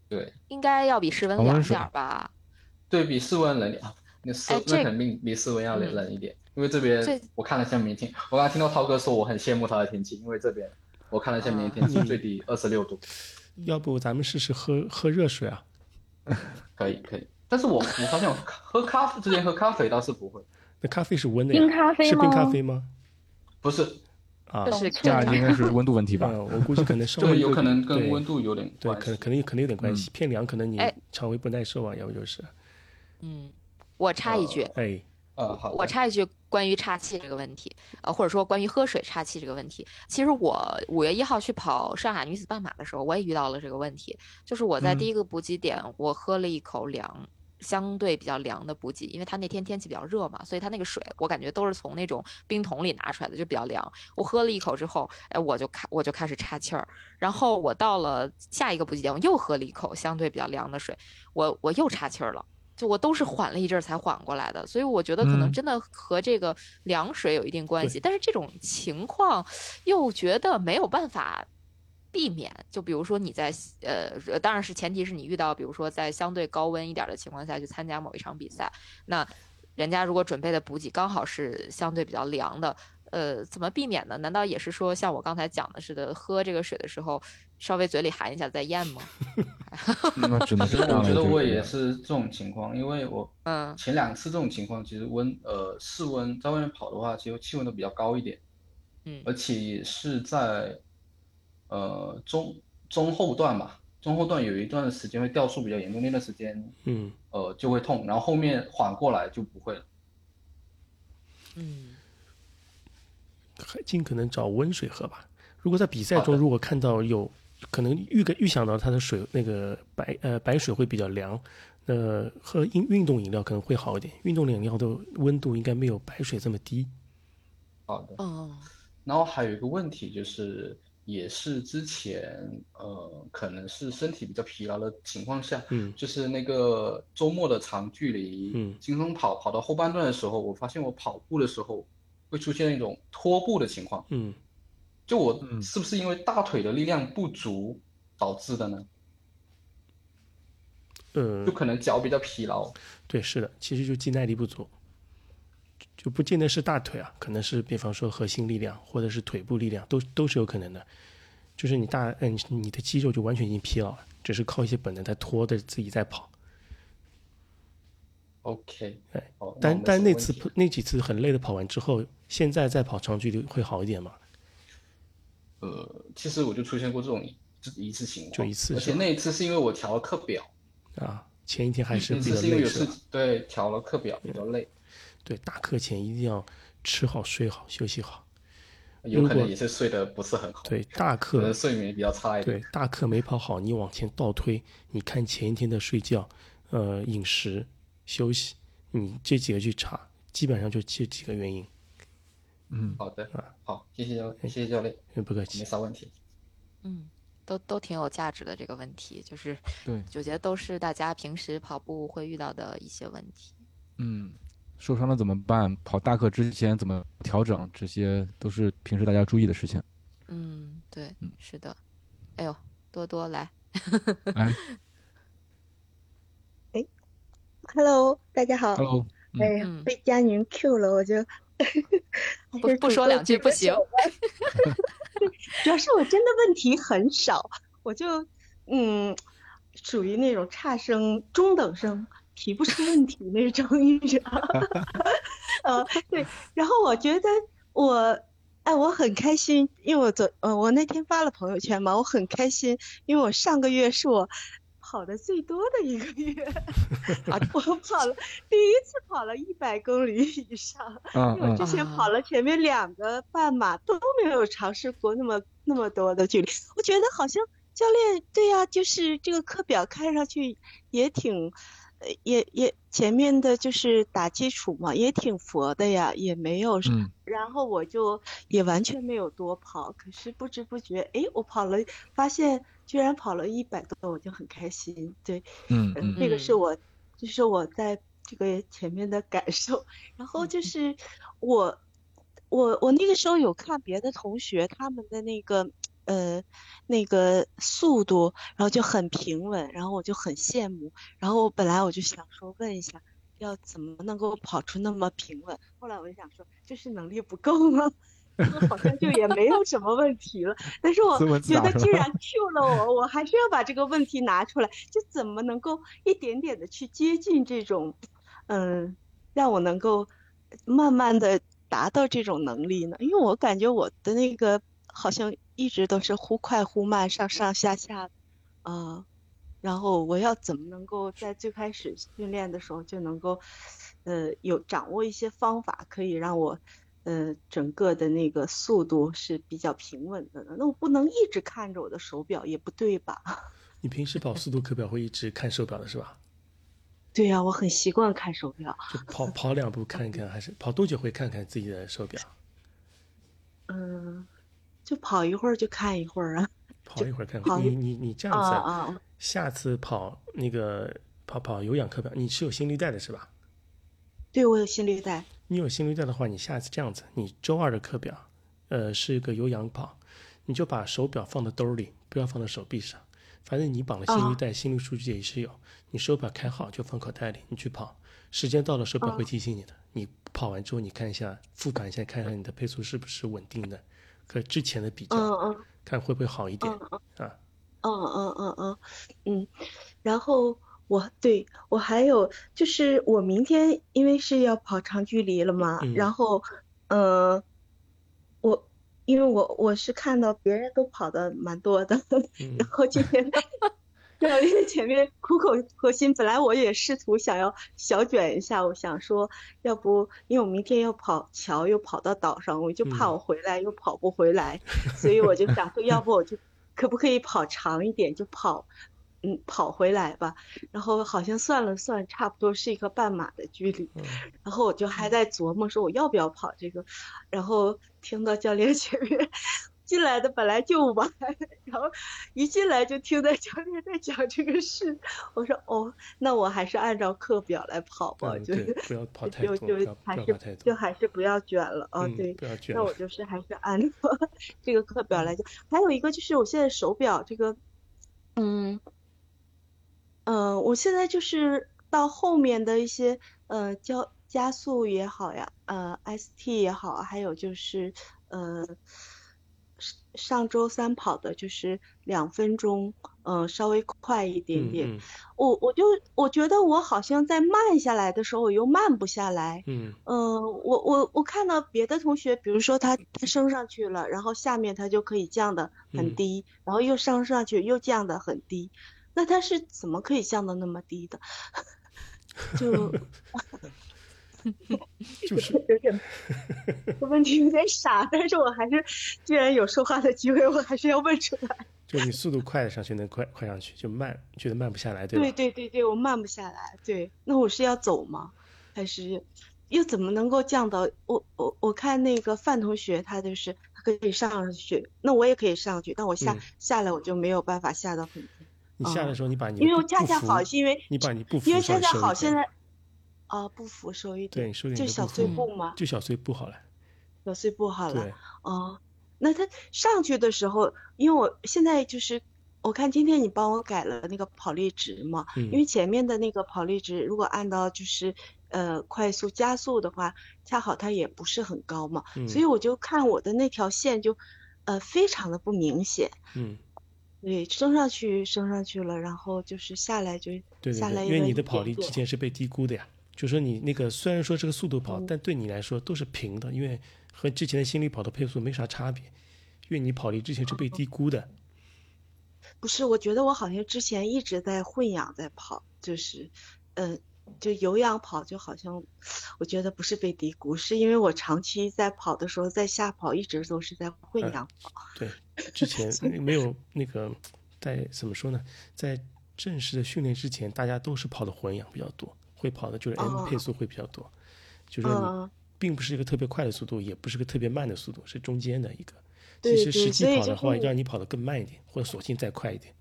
对，
应该要比室温
常温
凉
水
点儿吧？
对比室温冷点
哦
啊，那室
哎
那
这
肯定比室温要冷
嗯
冷一点，因为这边
这
我看了一下明天，我刚才听到涛哥说我很羡慕他的天气，因为这边我看了一下明天天
嗯
气最低二十六度，
要不咱们试试喝喝热水啊？
可以可以。但是我我发现我喝咖啡之前喝咖啡倒是不会，
那咖啡是温的呀，
冰咖啡
是冰咖
吗
啡吗？
不是
啊，
这是
懂
那
正
应
常。
该是温度问题吧？
啊，我估计
*laughs*
可能稍
这个
微
有可能
对
跟温度有点
对，
关
可能
系。嗯
可能可能有点关系，偏凉可能你
哎
肠胃不耐受啊，要不就是
嗯，我插一句，
哎，
呃，好的，
我插一句关于岔气这个问题，呃，或者说关于喝水岔气这个问题，其实我五月一号去跑上海女子半马的时候，我也遇到了这个问题，就是我在第一个补给点，我喝了一口凉。相对比较凉的补给，因为它那天天气比较热嘛，所以它那个水我感觉都是从那种冰桶里拿出来的，就比较凉。我喝了一口之后，哎，我就开我就开始岔气儿，然后我到了下一个补给点，我又喝了一口相对比较凉的水，我我又岔气儿了。就我都是缓了一阵儿才缓过来的，所以我觉得可能
嗯
真的和这个凉水有一定关系，但是这种情况又觉得没有办法避免。就比如说你在呃，当然是前提是你遇到，比如说在相对高温一点儿的情况下去参加某一场比赛，那人家如果准备的补给刚好是相对比较凉的，呃，怎么避免呢？难道也是说像我刚才讲的似的，喝这个水的时候稍微嘴里含一下再咽吗？
那只能
其
是
实
这样了
嗯 *laughs* 我觉
就
得我
是
也是这种情况，因为我
*sniffs*
嗯
前两次这种情况，其实温呃室温在外面跑的话，其实气温都比较高一点，
嗯
而且是在呃中中后段吧，中后段有一段时间会掉速比较严重，那段时间
嗯，
呃就会痛，然后后面缓过来就不会了。
嗯，
还尽可能找温水喝吧。如果在比赛
好
中，
的
如果看到有可能预个预想到它的水那个白呃白水会比较凉，那喝运运动饮料可能会好一点。运动饮料的温度应该没有白水这么低。
好的，
哦，
然后还有一个问题就是，也是之前呃可能是身体比较疲劳的情况下，
嗯
就是那个周末的长距离，
嗯
轻松跑跑到后半段的时候，我发现我跑步的时候会出现那种拖步的情况，
嗯，
就我
嗯
是不是因为大腿的力量不足导致的呢？
呃
就，可能脚比较疲劳，
对，是的，其实就肌耐力不足，就不见得是大腿啊，可能是比方说核心力量或者是腿部力量，都都是有可能的。就是你大嗯，你的肌肉就完全已经疲劳了，只是靠一些本能在拖着自己在跑。
OK，
*laughs* 哎
好，那我
但
没
但
什么
那
问
次
题
跑那几次很累的跑完之后，现在再跑长距离会好一点嘛？
呃，其实我就出现过这种一一次情况，
就一次
而
是
且
吧
那一次是因为我调了课表，
啊，前一天还是
那
比
次
较
嗯是因为
累
有
是
事
吧？
对调了课表比较累，
对，大课前一定要吃好、睡好、休息好。
有
如
可能
果
也是睡得不是很好，
对，大
可
课
能睡眠比较差一点。
对，大课没跑好，你往前倒推，你看前一天的睡觉、呃饮食、休息，你这几个去查，基本上就这几个原因。
嗯，
好的，好，谢谢教，谢谢教练，
嗯，不客
没
气。
啥问题。
嗯，都都挺有价值的这个问题，就是
对，
我觉得都是大家平时跑步会遇到的一些问题。
嗯，受伤了怎么办？跑大课之前怎么调整？这些都是平时大家注意的事情。
嗯，对
嗯，
是的。哎呦，多多来，
哎
Hello，大家
啊
好。
，Hello，嗯
哎呀
嗯，
被佳宁 Q 了，我就还
不
是
不
主
说
动
两句
*laughs* 举
不
个
行
手吧。主要是我真的问题很少，我就嗯，属于那种差生、中等生，提不出问题那种，你知道吗？呃，对。然后我觉得我。哎，我很开心，因为我昨呃，我那天发了朋友圈嘛，我很开心，因为我上个月是我跑的最多的一个月 *laughs* 啊，我跑了第一次跑了一百公里以上，
嗯
*laughs*
因为我
嗯
之前跑
啊
了前面两个半马都没有尝试过那么那么多的距离，我觉得好像教练对呀、就是这个课表看上去也挺，呃，也也前面的就是打基础嘛，也挺佛的呀，也没有什
嗯
然后我就也完全没有多跑，可是不知不觉，哎，我跑了，发现居然跑了一百多，我就很开心。对，
嗯
呃
嗯
这个是
嗯
我，就是我在这个前面的感受。然后就是我，我我那个时候有看别的同学他们的那个呃那个速度，然后就很平稳，然后我就很羡慕。然后我本来我就想说问一下，要怎么能够跑出那么平稳？后来我就想说，就是能力不够吗？ *laughs* 然后好像就也没有什么问题了。但是我
自问自
觉
答
得
是
既
吧
然 Q 了我，我还是要把这个问题拿出来，就怎么能够一点点的去接近这种，嗯，让我能够慢慢的达到这种能力呢？因为我感觉我的那个好像一直都是忽快忽慢，上上下下的，嗯。然后我要怎么能够在最开始训练的时候就能够，呃，有掌握一些方法，可以让我，呃，整个的那个速度是比较平稳的呢？那我不能一直看着我的手表，也不对吧？
你平时跑速度课表会一直看手表的是
*laughs*
吧？
对呀、我很习惯看手表，
就跑跑两步看一看，还是跑多久会看看自己的手表？
嗯，就跑一会儿就看一会儿啊，
跑一会儿看
跑
看。
一
你你你这样
啊
子，
啊，
下次跑那个跑跑有氧课表，你是有心率带的是吧？
对我有心率带，
你有心率带的话，你下次这样子，你周二的课表，呃，是一个有氧跑，你就把手表放到兜里，不要放到手臂上。反正你绑了
哦
心率带，心率数据也是有。你手表开好就放口袋里，你去跑，时间到了手
哦
表会提醒你的。你跑完之后，你看一下复盘一下，看一下你的配速是不是稳定的，和之前的比较，
嗯嗯。
看会不会好一点啊？
嗯嗯嗯嗯嗯，然后我对我还有就是我明天因为是要跑长距离了嘛，
嗯
然后呃，我因为我我是看到别人都跑的蛮多的，
嗯
然后今天教练前面苦口婆心，本来我也试图想要小卷一下，我想说，要不因为我明天要跑桥，又跑到岛上，我就怕
嗯
我回来又跑不回来，所以我就想说，要不我就可不可以跑长一点，就跑，嗯，跑回来吧。然后好像算了算，差不多是一个半马的距离。
嗯，
然后我就还在琢磨说我要不要跑这个，然后听到教练前面 *laughs* 进来的本来就晚，然后一进来就听到教练在讲这个事，我说哦，那我还是按照课表来跑吧，
嗯
就
对
是，
不要跑太
就
多，不
就
要
还
不要
是
跑太多
就，还是不要卷了啊，
嗯
对，
不要卷
那我
了，
就是还是按照 *laughs* 这个课表来讲。还有一个就是我现在手表这个，嗯，呃，我现在就是到后面的一些呃加加啊速也好呀，呃 ST 也好，还有就是呃上周三跑的就是两分钟，嗯、稍微快一点点。
嗯
我我就我觉得我好像在慢下来的时候，我又慢不下来。
嗯
嗯，我我我看到别的同学，比如说他他升上去了，然后下面他就可以降的
嗯
很低，然后又升上去又降的很低，那他是怎么可以降的那么低的？ *laughs* 就
嗯，就是
有点，这问题有点傻，但是我还是，既然有说话的机会，我还是要问出来。
就你速度快上去能快快上去，就慢觉得慢不下来，对吧？
对对对对，我慢不下来。对，那我是要走吗？还是又怎么能够降到我我我看那个范同学，他就是他可以上去，那我也可以上去，但我下、
嗯
下来我就没有办法下到很低，
你下来的时候，你把你的
哦因
不
为我恰恰
不
好
服
是因为
你把你不服
因为
稍
恰
微
恰
收一
好
点
现在啊、不服收一
对
点，
收点
就
你的
小
不
碎
服
步嘛，
就小碎步好了，
小碎步好了
对。，
哦，那他上去的时候，因为我现在就是，我看今天你帮我改了那个跑力值嘛，因为
嗯
前面的那个跑力值，如果按到就是呃快速加速的话，恰好它也不是很高嘛，
嗯，
所以我就看我的那条线就，呃非常的不明显，
嗯，
对，升上去升上去了，然后就是下来就
对对
下
对，
来一
因为
个
你
一
的跑
点
力之
点
前是被低估的呀，就说你那个虽然说是个速度跑，
嗯
但对你来说都是平的，因为和之前的心率跑的配速没啥差别，因为你跑力之前是被低估的，
不是，我觉得我好像之前一直在混氧在跑，就是，呃，就有氧跑，就好像我觉得不是被低估，是因为我长期在跑的时候在下跑，一直都是在混
嗯
氧跑。
对，之
*laughs*
前没有那个在怎么说呢，在正式的训练之前，大家都是跑的混氧比较多，会跑的就是 M
哦
配速会比较多，就说你
嗯，
并不是一个特别快的速度，也不是个特别慢的速度，是中间的一个。
对
其实实
对
际
所以
跑的
就是
话，
你
让你跑得更慢一点，或者索性再快一点。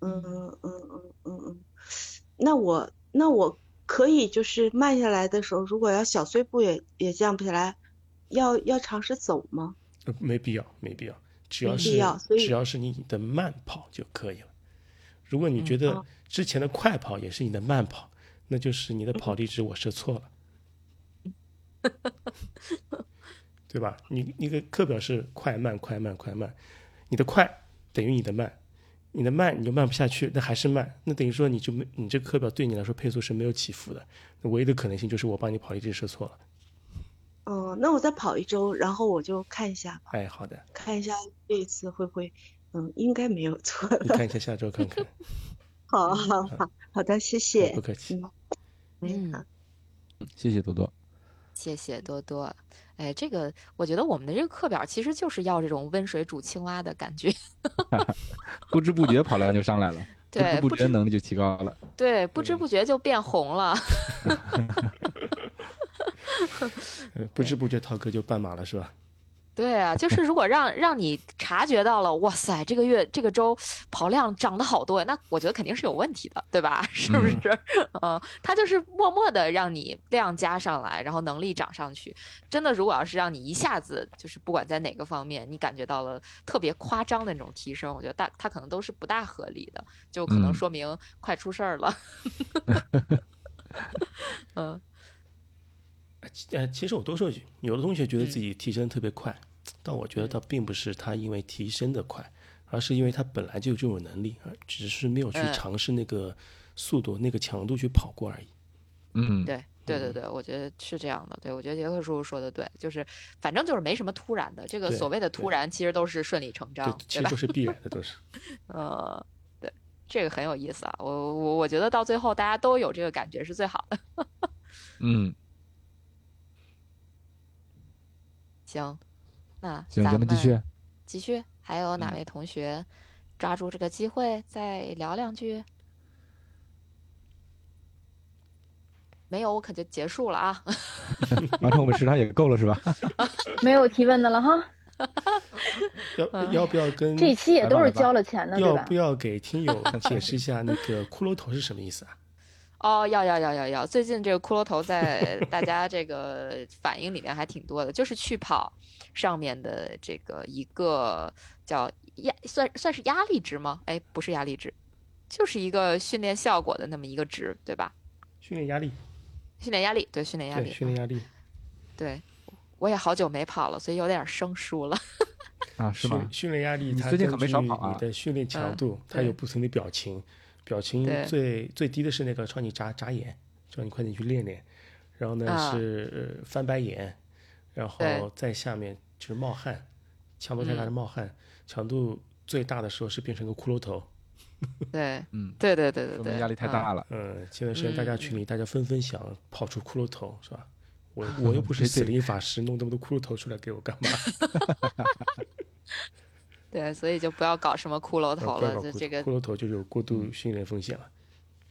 嗯嗯嗯嗯嗯，那我那我可以就是慢下来的时候，如果要小碎步也也降不下来，要要尝试走吗？
呃，没必要，没必要，只要
没必
是
要所以
只要是你的慢跑就可以了。如果你觉得
哦
之前的快跑也是你的慢跑，那就是你的跑力值我设错了，
*laughs*
对吧？你你的课表是快慢快慢快慢，你的快等于你的慢，你的慢你就慢不下去，那还是慢，那等于说你就没你这课表对你来说配速是没有起伏的，那唯一的可能性就是我帮你跑力值设错了。
嗯，那我再跑一周，然后我就看一下吧，
哎，好的，
看一下这一次会不会，嗯，应该没有错
你
的。
看一下下周看看，
好好好好的，谢
哎
*laughs* 谢
不。客气。
嗯。
谢谢多多。
谢谢多多，哎，这个我觉得我们的这个课表其实就是要这种温水煮青蛙的感觉，
不知不觉跑量就上来了，不
*laughs* 对
知不
不
觉
知
能力就提高了。
对，不知
对
不觉就变红了，
呃不知不觉涛哥就半马了是吧？
对啊，就是如果让让你察觉到了，哇塞，这个月这个周跑量涨得好多呀，那我觉得肯定是有问题的，对吧？ *laughs* 是不
嗯
是？嗯，它就是默默的让你量加上来，然后能力涨上去。真的，如果要是让你一下子就是不管在哪个方面，你感觉到了特别夸张的那种提升，我觉得大它可能都是不大合理的，就可能
嗯
说明快出事
*laughs*
儿了。嗯
呃其呃，其实我多说一句，有的同学
嗯
觉得自己提升得特别快，但我觉得倒并不是他因为提升的快，而是因为他本来就有这种能力，而只是没有去
嗯
尝试那个速度、那个强度去跑过而已。
嗯，
对对对
嗯
对，我觉得是这样的。对我觉得杰克叔叔说的对，就是反正就是没什么突然的，这个
对
所谓的
对
突然其实都是顺理成章
对，，
对
其实
吧
都？是必然
*laughs*
的，都是。
呃，对，这个很有意思啊。我我我觉得到最后大家都有这个感觉是最好的。
嗯，
行，那
行，
咱
咱们继续。
继续，还有哪
嗯
位同学抓住这个机会再聊两句？没有，我可就结束了啊。
完成我们时长也够了是吧？
没有提问的了哈。
要要不要跟
嗯这一期也都
嗯来吧
是
来吧
交了钱的，对
要
吧
不？要给听
*laughs*
友解释一下那个骷髅头是什么意思啊？
哦，要要要要要！最近这个骷髅头在大家这个反应里面还挺多的，就是去跑上面的这个一个叫压，算算是压力值吗？哎，不是压力值，就是一个训练效果的那么一个值，对吧？
训练压力，
训练压力，对，训练压
对，
力，
训练压力。
对，我也好久没跑了，所以有点生疏了。
*laughs* 啊，是吗
训？训练压力，
你
它
最近
根
可没
据
少跑啊
你的训练强
嗯
度，它
对
有不同的表情，表情
对
最最低的是那个朝你眨眨眼，叫你快点去练练。然后呢、
啊
是、呃翻白眼，然
对
后在下面就是冒汗，强度太大
嗯
的冒汗，强度最大的时候是变成个骷髅头。
对，
嗯，
对对对对
说
对，
明压力太
嗯
大了。
嗯，前段时间大家
嗯
群里大家纷纷想跑出骷髅头，是吧？
*laughs*
我我又不是
对对
死灵法师，弄这么多骷髅头出来给我干嘛？
对，所以就 *laughs* 不要搞什么骷髅
不要
头
*laughs*
了，
搞
就
骷
这个
骷髅头就有过
嗯
度训练风险了。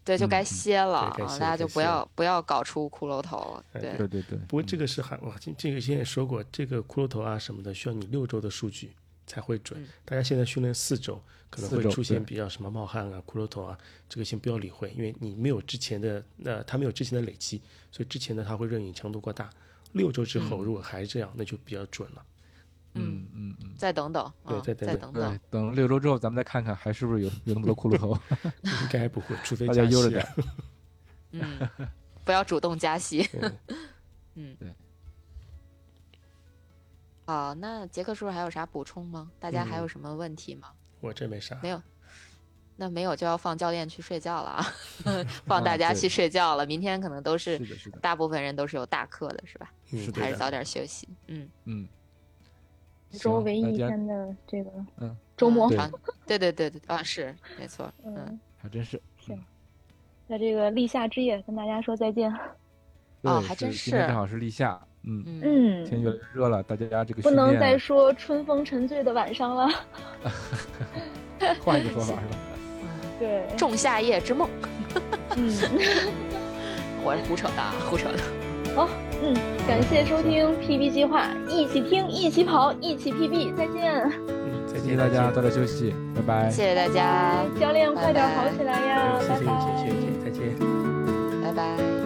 对就该歇了
对该
啊，
歇
大家
该
就不
歇
要不要搞出骷髅头了。
哎
对
对对对，
不过这个是还哇，这这个现在说过，这个骷髅头啊什么的，需要你六周的数据才会
嗯
准。大家现在训练四周，可能
四
会
周
出现
对
比较什么冒汗啊、骷髅头啊，这个先不要理会，因为你没有之前的，呃，它没有之前的累积，所以之前的它会认为你强度过大。六周之后如果还是这样，那就比较准了。
嗯，
嗯嗯嗯，
再等等
对
啊，
再等
再
等
等等。
对，等六周之后咱们再看看还是不是有有那么多骷髅 *laughs* 头，
应该不会，除
*laughs*
非
大家
加
悠着
息啊
点。
嗯， *laughs* 不要主动加息。 *laughs* 嗯，
对。
好，那杰克叔叔还有啥补充吗？大家还有
嗯
什么问题吗？
*laughs* 我这没啥
没，有，那没有就要放教练去睡觉了啊， *laughs*
嗯
放大家
对
去睡觉了。明天可能都
是
是
的，是的，
大部分人都是有大课的，是吧？
嗯
是的
还
对
是早
的，
点休息。嗯，
嗯。
这周
行
唯一
那
一
既然
天的这 *laughs* 个
嗯
周末
嗯，长对对对对啊，是没错。嗯，
嗯，
还真是
在这个立夏之夜跟大家说再见。
哦
对
还
今
真
天
是
正好是立夏，嗯，
嗯，
嗯，
天越来越热了，大家这个
不
训
能
练
再说春风沉醉的晚上了。 *laughs*
换一个说法是吧？
*laughs*
对，
仲夏夜之梦，
*laughs* 嗯
我是胡扯的，啊，胡扯的。
嗯，感谢收听 PB 计划，一起听，一起跑，一起 PB，再见，
嗯，再
谢
见
谢大家，
再
早点休息，拜拜。
谢谢大家，
教练快点跑起来呀，
见
拜
嗯
拜。
谢谢谢谢谢谢，再见。
拜拜。